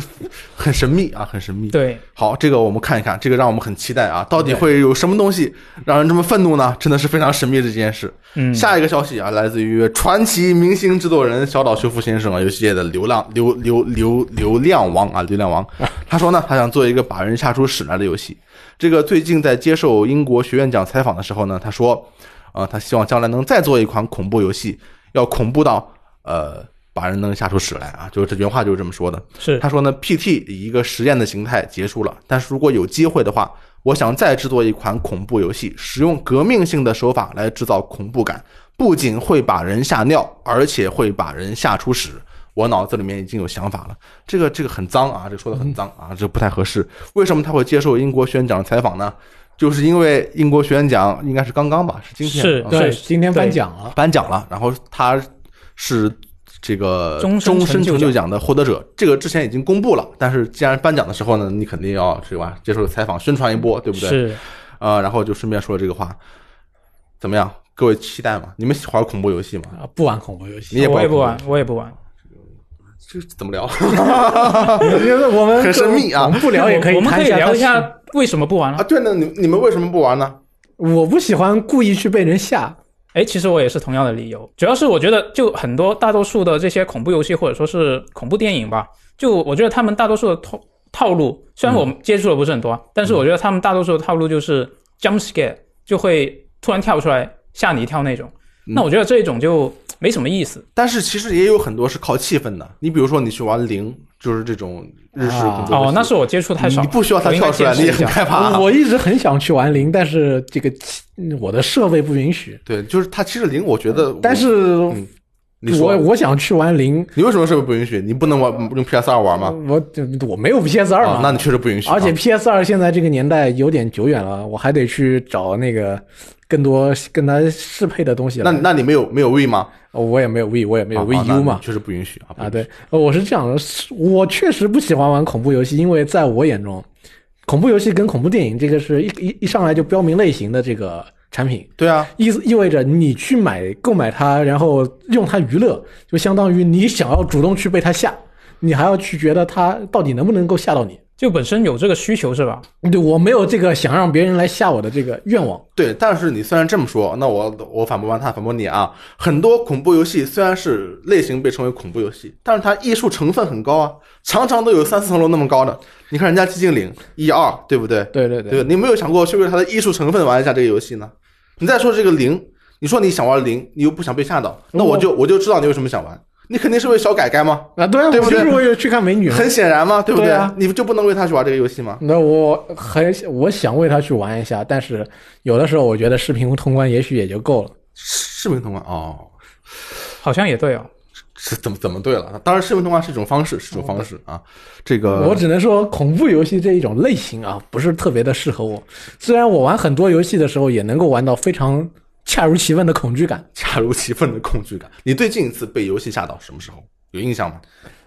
很神秘啊，很神秘。， 对，好，这个我们看一看，这个让我们很期待啊，到底会有什么东西让人这么愤怒呢？真的是非常神秘的这件事。嗯，下一个消息啊，来自于传奇明星制作人小岛秀夫先生啊，游戏界的流浪流流流流量王啊，流量王。他说呢，他想做一个把人吓出屎来的游戏。这个最近在接受英国学院奖采访的时候呢，他说，啊、他希望将来能再做一款恐怖游戏，要恐怖到呃把人能吓出屎来啊，就是这原话就是这么说的。是他说呢，PT 以一个实验的形态结束了，但是如果有机会的话，我想再制作一款恐怖游戏，使用革命性的手法来制造恐怖感，不仅会把人吓尿，而且会把人吓出屎。我脑子里面已经有想法了，这个这个很脏啊，这个说的很脏嗯啊，这不太合适。为什么他会接受英国学院奖的采访呢？就是因为英国学院奖应该是刚刚吧，是今天是啊对今天颁奖了。颁奖了，然后他是这个终身终身成就成就奖的获得者，这个之前已经公布了，但是既然颁奖的时候呢，你肯定要是吧，接受采访宣传一波，对不对？是，啊、然后就顺便说这个话，怎么样？各位期待吗？你们喜欢恐怖游戏吗？啊，不玩恐怖游戏 你，也不我玩也不玩，我也不玩，这怎么聊？啊我觉得我们很神秘啊我们不聊也可以我们谈可以聊它一是。下为什么不玩啊，了。对呢，你你们为什么不玩呢？我不喜欢故意去被人吓，哎，其实我也是同样的理由，主要是我觉得就很多大多数的这些恐怖游戏或者说是恐怖电影吧，就我觉得他们大多数的套套路，虽然我们接触的不是很嗯多，但是我觉得他们大多数的套路就是 jump scare，就会突然跳出来吓你一跳那种。嗯那我觉得这种就没什么意思。但是其实也有很多是靠气氛的，你比如说你去玩零，就是这种日式恐怖游戏哦，那是我接触太少了，你不需要它我应该跳出来，见识你也一嗯很下害怕、 啊。我一直很想去玩零，但是这个嗯我的设备不允许。对，就是它其实零，我觉得我，嗯但是你说我我想去玩零，你为什么设备不允许？你不能玩用 PS 二玩吗？我我没有 PS 嗯二啊嘛，那你确实不允许啊。而且 PS 二现在这个年代有点久远了，我还得去找那个更多跟它适配的东西了。那那你没有没有 V 吗？哦我也没有 V，我也没有啊 VU 那嘛你。确实不允许啊。啊，对，呃我是这样的，是我确实不喜欢玩恐怖游戏，因为在我眼中，恐怖游戏跟恐怖电影这个是一一一上来就标明类型的这个产品，对啊，意意味着你去买购买它，然后用它娱乐，就相当于你想要主动去被它吓，你还要去觉得它到底能不能够吓到你。就本身有这个需求是吧？对我没有这个想让别人来吓我的这个愿望。对。但是你虽然这么说，那我我反驳完他，反驳你啊。很多恐怖游戏虽然是类型被称为恐怖游戏，但是它艺术成分很高啊，常常都有三四层楼那么高的。你看人家寂静岭一二，对不对？对对对，对吧，你没有想过去为了它的艺术成分玩一下这个游戏呢？你再说这个零，你说你想玩零，你又不想被吓到，那我就我就知道你为什么想玩。你肯定是为小改改吗？啊，对啊，对不我对就是为了去看美女嘛。很显然嘛，对不对啊你就不能为他去玩这个游戏吗？那我很我想为他去玩一下，但是有的时候我觉得视频通关也许也就够了。视频通关哦，好像也对哦。是怎么怎么对了？当然，视频通关是一种方式，是一种方式啊。这个我只能说，恐怖游戏这一种类型啊，不是特别的适合我。虽然我玩很多游戏的时候，也能够玩到非常恰如其分的恐惧感。 恰如其分的恐惧感。你最近一次被游戏吓到什么时候？有印象吗？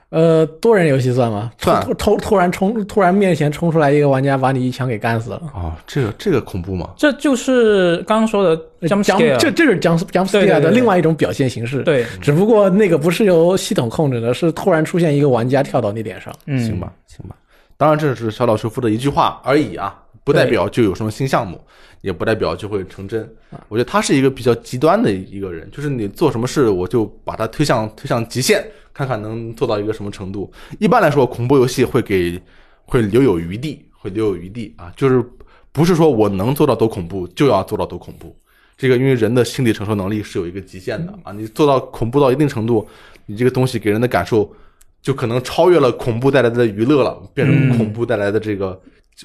呃，多人游戏算吗？突算突突突然冲，突然面前冲出来一个玩家，把你一枪给干死了。哦，这个这个恐怖吗？这就是刚刚说的呃 jump 讲 scare，这这是呃 jump jump 对对 scare 的对对另外一种表现形式。，对，只不过那个不是由系统控制的，是突然出现一个玩家跳到你脸上。嗯，行吧，行吧。当然，这是小岛秀夫的一句话而已啊，不代表就有什么新项目，也不代表就会成真。我觉得他是一个比较极端的一个人，就是你做什么事，我就把它推向推向极限，看看能做到一个什么程度。一般来说，恐怖游戏会给会留有余地，会留有余地啊，就是不是说我能做到多恐怖就要做到多恐怖。这个因为人的心理承受能力是有一个极限的啊，你做到恐怖到一定程度，你这个东西给人的感受就可能超越了恐怖带来的娱乐了，变成恐怖带来的这个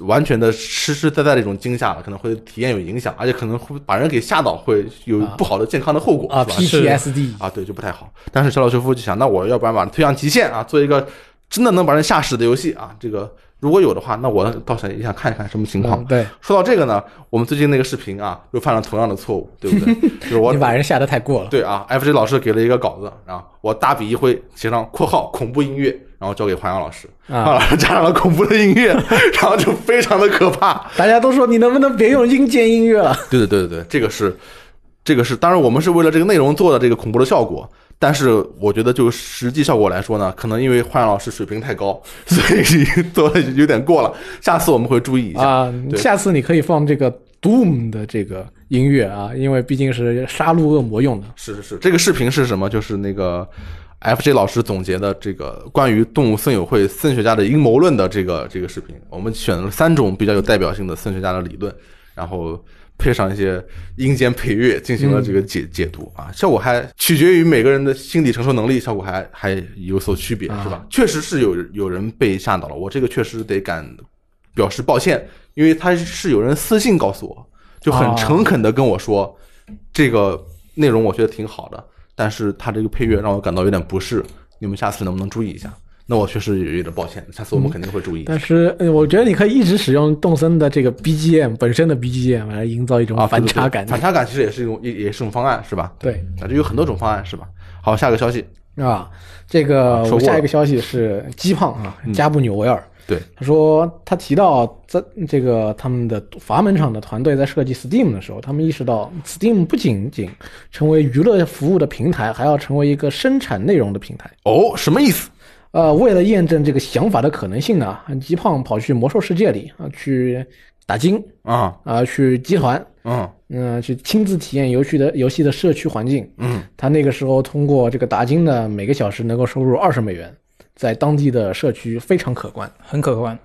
完全的实实在在的一种惊吓了，可能会体验有影响，而且可能会把人给吓到，会有不好的健康的后果啊是吧？ ，PTSD 啊，对，就不太好。但是小岛秀夫就想，那我要不然把它推向极限啊，做一个真的能把人吓死的游戏啊。这个如果有的话，那我倒想也想看一看什么情况。嗯对说到这个呢，我们最近那个视频啊，又犯了同样的错误，对不对？ 就是我你把人吓得太过了。对啊，FJ 老师给了一个稿子，然后我大笔一挥，写上括号恐怖音乐，然后交给黄洋老师，啊黄洋老师加上了恐怖的 音乐，然后就非常的可怕。大家都说你能不能别用阴间音乐了？ 对对对对对，这个是，这个是，当然我们是为了这个内容做的这个恐怖的效果，但是我觉得就实际效果来说呢，可能因为幻老师水平太高，所以 做的有点过了，下次我们会注意一下。啊，对下次你可以放这个 Doom 的这个音乐啊，因为毕竟是杀戮恶魔用的。是是是，这个视频是什么？就是那个 FJ 老师总结的这个关于动物森友会森学家的阴谋论的这个这个视频。我们选了三种比较有代表性的森学家的理论，然后配上一些阴间配乐进行了这个解、解读啊，效果还取决于每个人的心理承受能力，效果还还有所区别，是吧？确实是有有人被吓到了，我这个确实得敢表示抱歉，因为他是有人私信告诉我，就很啊诚恳的跟我说，这个内容我觉得挺好的，但是他这个配乐让我感到有点不适，你们下次能不能注意一下？那我确实有一点抱歉，下次我们肯定会注意一下。但是、呃我觉得你可以一直使用动森的这个 BGM 本身的 BGM 来营造一种啊，反差感。对对对反差感其实也是一种也也是一种方案，是吧？对啊，这有很多种方案，是吧？好，下个消息，啊，这个说我过们下了嗯一个消息是鸡胖啊，加布纽维尔。对，他说，他提到在这个他们的阀门厂的团队在设计 Steam 的时候，他们意识到 Steam 不仅仅成为娱乐服务的平台，还要成为一个生产内容的平台。哦，什么意思？呃，为了验证这个想法的可能性呢，吉胖跑去魔兽世界里啊去打金啊，啊、去集团，嗯嗯、去亲自体验游戏的游戏的社区环境。嗯，他那个时候通过这个打金呢，每个小时能够收入二十美元，在当地的社区非常可观。嗯很可观。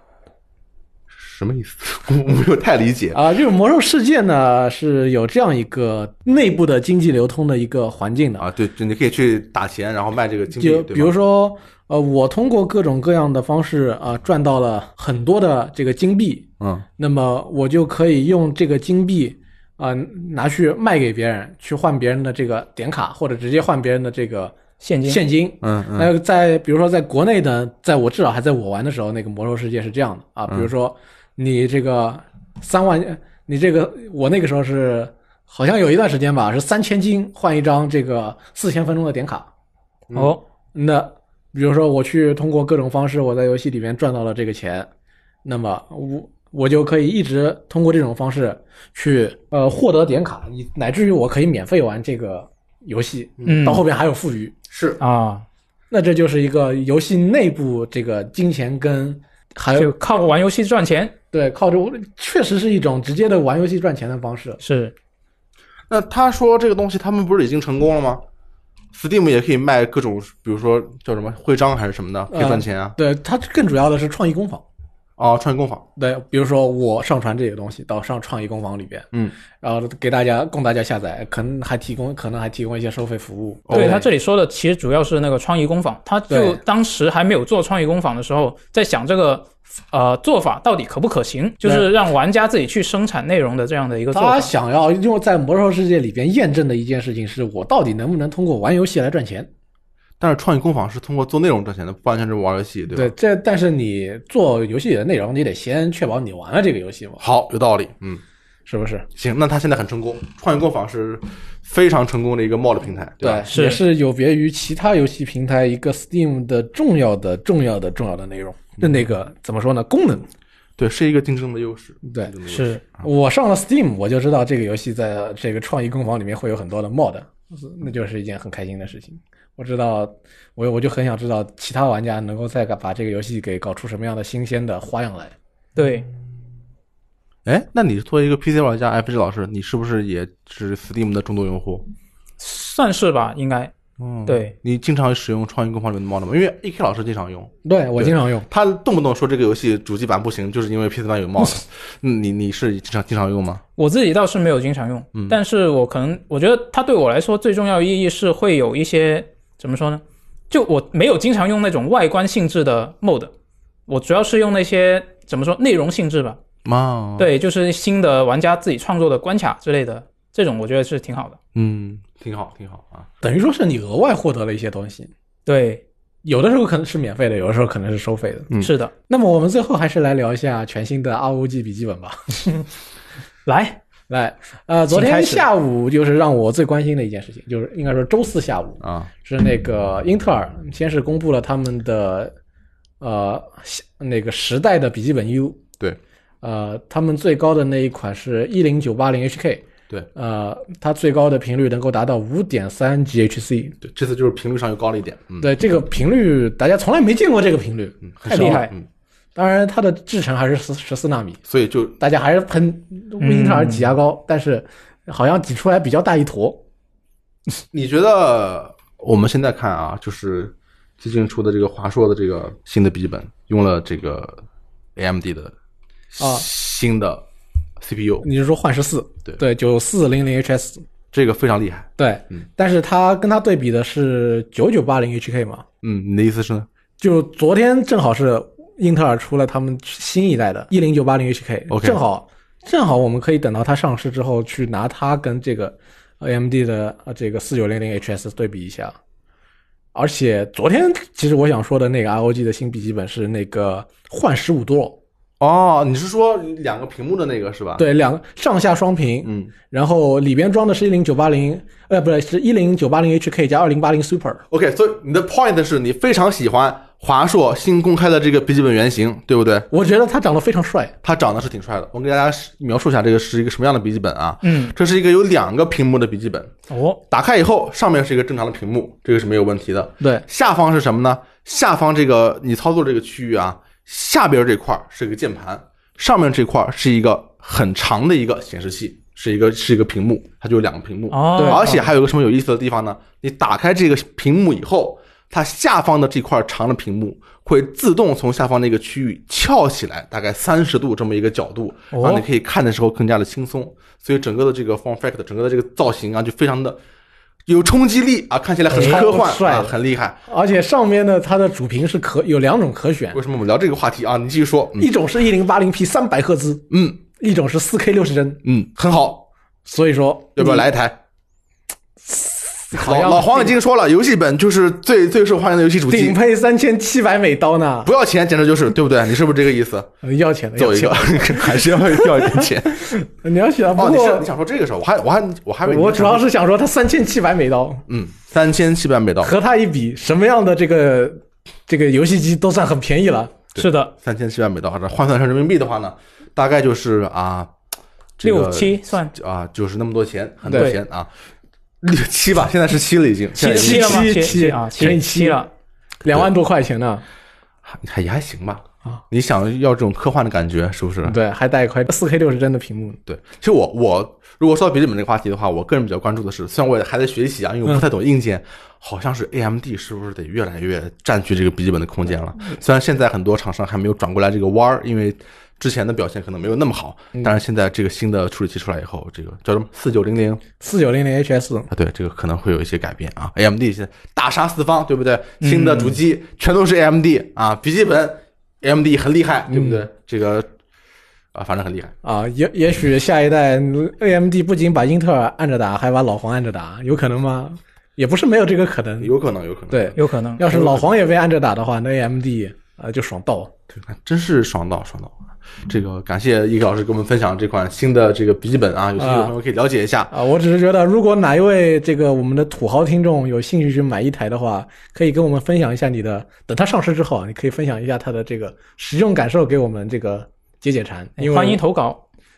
什么意思？ 我我没有太理解。啊，就是魔兽世界呢是有这样一个内部的经济流通的一个环境的，啊，对，就你可以去打钱，然后卖这个金币，就对比如吗说，呃，我通过各种各样的方式啊、赚到了很多的这个金币，嗯，那么我就可以用这个金币啊、拿去卖给别人，去换别人的这个点卡，或者直接换别人的这个现金现金。嗯嗯那在比如说在国内的，在我至少还在我玩的时候，那个魔兽世界是这样的啊，比如说你这个三万，你这个我那个时候是好像有一段时间吧，是三千金换一张这个四千分钟的点卡。嗯哦，那比如说我去通过各种方式，我在游戏里面赚到了这个钱，那么我我就可以一直通过这种方式去呃获得点卡，以乃至于我可以免费玩这个游戏，嗯到后边还有富余。是啊，那这就是一个游戏内部这个金钱跟还有就靠玩游戏赚钱对靠着我，确实是一种直接的玩游戏赚钱的方式。是那他说这个东西，他们不是已经成功了吗？Steam 也可以卖各种，比如说叫什么徽章还是什么的，可以赚钱啊。对，它更主要的是创意工坊啊，创意工坊，对，比如说我上传这些东西到上创意工坊里边，嗯，然后给大家供大家下载，可能还提供可能还提供一些收费服务。哦对他这里说的，其实主要是那个创意工坊，他就哦对当时还没有做创意工坊的时候，在想这个呃做法到底可不可行，就是让玩家自己去生产内容的这样的一个做法他。想要用在魔兽世界里边验证的一件事情是我到底能不能通过玩游戏来赚钱。但是创意工坊是通过做内容赚钱的，不完全是玩游戏，对吧？对，这但是你做游戏的内容，你得先确保你玩了这个游戏嘛，好，有道理，嗯，是不是？行，那他现在很成功，创意工坊是非常成功的一个 mod 平台，吧？是也是有别于其他游戏平台一个 Steam 的重要的、重要的、重要的内容。那那个怎么说呢？功能。对，是一个竞争的优势，对竞争的优势，是，啊我上了 Steam，我就知道这个游戏在这个创意工坊里面会有很多的 mod，那就是一件很开心的事情。我知道，我我就很想知道其他玩家能够再把这个游戏给搞出什么样的新鲜的花样来。对，哎，那你作为一个 PC 玩家，FG 老师，你是不是也是 Steam 的重度用户？算是吧，应该。嗯，对，你经常使用创意工坊里面的 mod 吗？因为 AK 老师经常用，对我经常用，他动不动说这个游戏主机版不行，就是因为 PC 版有 mod。嗯 你你是经常经常用吗？我自己倒是没有经常用，嗯但是我可能我觉得它对我来说最重要的意义是会有一些怎么说呢？就我没有经常用那种外观性质的 mod，我主要是用那些怎么说内容性质吧。哦啊，，对，就是新的玩家自己创作的关卡之类的，这种我觉得是挺好的。嗯，挺好，挺好啊。等于说是你额外获得了一些东西，对，有的时候可能是免费的，有的时候可能是收费的。嗯是的，那么我们最后还是来聊一下全新的 ROG 笔记本吧。来，来，呃，昨请天开始下午就是让我最关心的一件事情，就是应该说周四下午，啊，是那个英特尔先是公布了他们的呃那个时代的笔记本 U，对，呃，他们最高的那一款是一零九八零 HK，对呃，它最高的频率能够达到五点三 GHz，对，这次就是频率上又高了一点，嗯，对这个频率大家从来没见过这个频率，嗯，很太少厉了害。嗯，当然它的制程还是十十四纳米，所以就大家还是喷英特尔挤牙膏，但是好像挤出来比较大一坨。你觉得我们现在看啊，就是最近出的这个华硕的这个新的笔记本，用了这个 AMD 的啊新的 CPU，、你是说换十四？对对，九四零零 HS，这个非常厉害。对，但是它跟它对比的是九九八零 HK 嘛，嗯，你的意思是呢？就昨天正好是英特尔出了他们新一代的一零九八零 HK，、 OK 正好正好我们可以等到它上市之后去拿它跟这个 AMD 的呃这个四九零零 HS 对比一下。而且昨天其实我想说的那个 ROG 的新笔记本是那个幻十五多，哦，你是说两个屏幕的那个是吧？，对，两个上下双屏，嗯，然后里边装的是一零九八零，呃，不对，是一零九八零 HK 加二零八零 Super。 OK，所以你的 point 是你非常喜欢华硕新公开的这个笔记本原型，对不对？我觉得他长得非常帅，它长得是挺帅的。我给大家描述一下这个是一个什么样的笔记本啊？嗯，这是一个有两个屏幕的笔记本，哦，打开以后上面是一个正常的屏幕，这个是没有问题的。对，下方是什么呢？下方这个你操作这个区域啊，下边这块儿是个键盘，上面这块儿是一个很长的一个显示器，是一个是一个屏幕，它就有两个屏幕。哦对而且还有一个什么有意思的地方呢？你打开这个屏幕以后，它下方的这块长的屏幕会自动从下方那个区域翘起来，大概三十度这么一个角度，哦让你可以看的时候更加的轻松。所以整个的这个 form factor，整个的这个造型啊，就非常的有冲击力啊，看起来很哎科幻、帅啊，很厉害。而且上面呢，它的主屏是可有两种可选，为什么我们聊这个话题啊？你继续说，嗯一种是一零八零 P 三百赫兹，嗯一种是四 K 六十帧。嗯，很好，所以说，要不要来一台？好老像老黄已经说了，游戏本就是最最受欢迎的游戏主顶机，配三千七百美刀呢？不要钱，简直就是，对不对？你是不是这个意思？呃要钱的，要走一钱 个，还是要要一点钱。的。你要想，不 哦，你是你过想说这个事儿？我还我还我还以为你我主要想说是想说，它三千七百美刀嗯，三千七百美刀，和它一比，什么样的这个这个游戏机都算很便宜了。是的，三千七百美刀，这换算成人民币的话呢，大概就是啊，这个六七算啊，就是那么多钱，很多对钱啊，六七吧，现在是七了已经，现在已经了吗？七七七啊，乘以七七了。两万多块钱呢，还还也还行吧，啊，嗯你想要这种科幻的感觉是不是？对，还带一块四 K 六十帧的屏幕呢。对，其实我我如果说到笔记本这个话题的话，我个人比较关注的是，虽然我也还在学习啊，因为嗯我不太懂硬件，好像是 AMD 是不是得越来越占据这个笔记本的空间了？嗯虽然现在很多厂商还没有转过来这个弯儿，因为之前的表现可能没有那么好，嗯但是现在这个新的处理器出来以后，这个叫什么四九零零四九零零 HS，啊，对，这个可能会有一些改变啊。AMD 现在大杀四方，对不对？新的主机全都是 AMD 啊，笔记本 AMD 很厉害，对不对？这个啊，反正很厉害。啊，也也许下一代 AMD 不仅把英特尔按着打，还把老黄按着打，有可能吗？也不是没有这个可能。有可能，有可能。对，有可能。要是老黄也被按着打的话，那 AMD 啊就爽到。对，哎真是爽到爽到！啊这个感谢一个老师给我们分享这款新的这个笔记本啊，有兴趣的朋友可以了解一下。啊，我只是觉得，如果哪一位这个我们的土豪听众有兴趣去买一台的话，可以跟我们分享一下你的。等它上市之后啊，你可以分享一下它的这个使用感受，给我们这个解解馋。因为欢迎投稿，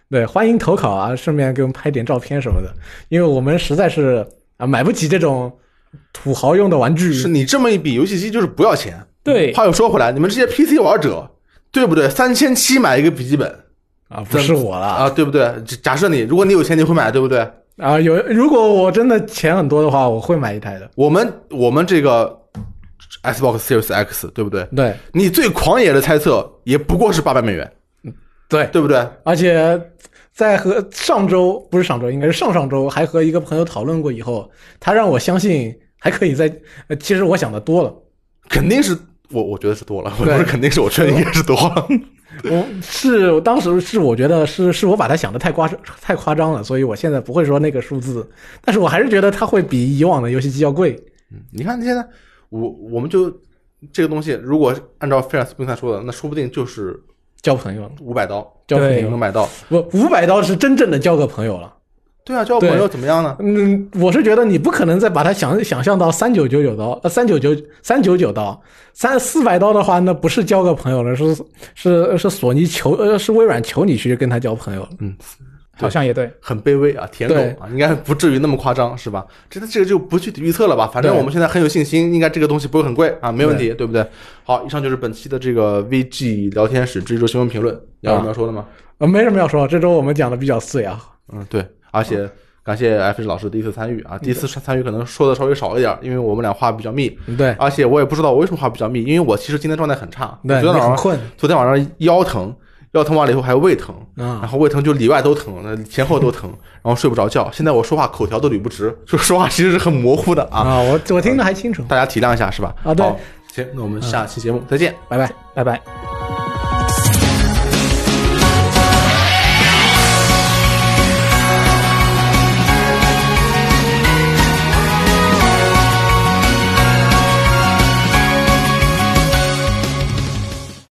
对欢迎投稿啊，顺便给我们拍点照片什么的，因为我们实在是啊买不起这种土豪用的玩具。是你这么一比，游戏机就是不要钱。嗯对话又说回来，你们这些 PC 玩者，对不对？三千七买一个笔记本啊，不是我啦啊，对不对？假假设你，如果你有钱，你会买，对不对？啊！有如果我真的钱很多的话，我会买一台的。我们我们这个 Xbox Series X，对不对？对你最狂野的猜测也不过是八百美元，对，对不对？而且在和上周不是上周，应该是上上周还和一个朋友讨论过以后，他让我相信还可以在。呃其实我想的多了，肯定是我，我觉得是多了，我不对是肯定是我觉得应该是多了。我是我当时是我觉得是是我把它想的太夸张太夸张了，所以我现在不会说那个数字，但是我还是觉得它会比以往的游戏机要贵。你看现在，我我们就这个东西，如果按照菲尔斯宾塞说的，那说不定就是交朋友了，五百刀，交朋对友能买到。不五百刀是真正的交个朋友了。对啊，交朋友怎么样呢？嗯，我是觉得你不可能再把它想想象到三九九九刀，呃，三九九三九九刀，三四百刀的话，那不是交个朋友了，是是是索尼求呃是微软求你去跟他交朋友了。好像也对。很卑微啊，舔狗对啊，应该不至于那么夸张，是吧？这这个就不具体预测了吧，反正对我们现在很有信心，应该这个东西不会很贵啊，没问题，对不对？好，以上就是本期的这个 VG 聊天室这周新闻评论，你有什么要说的吗？呃，没什么要说，这周我们讲的比较碎啊。嗯，对，而且感谢 F 老师第一次参与啊，第一次参与可能说的稍微少一点，因为我们俩话比较密，对，而且我也不知道我为什么话比较密，因为我其实今天状态很差，我对，昨天你晚很上困昨天晚上腰疼，腰疼完了以后还胃疼，然啊，后胃疼就里外都疼，那前后 都疼，然后睡不着觉。现在我说话口条都捋不直，就说话其实是很模糊的啊，啊，我我听的还清楚，大家体谅一下是吧？啊对好，行，那我们下期节目再见。拜拜。拜拜。拜拜。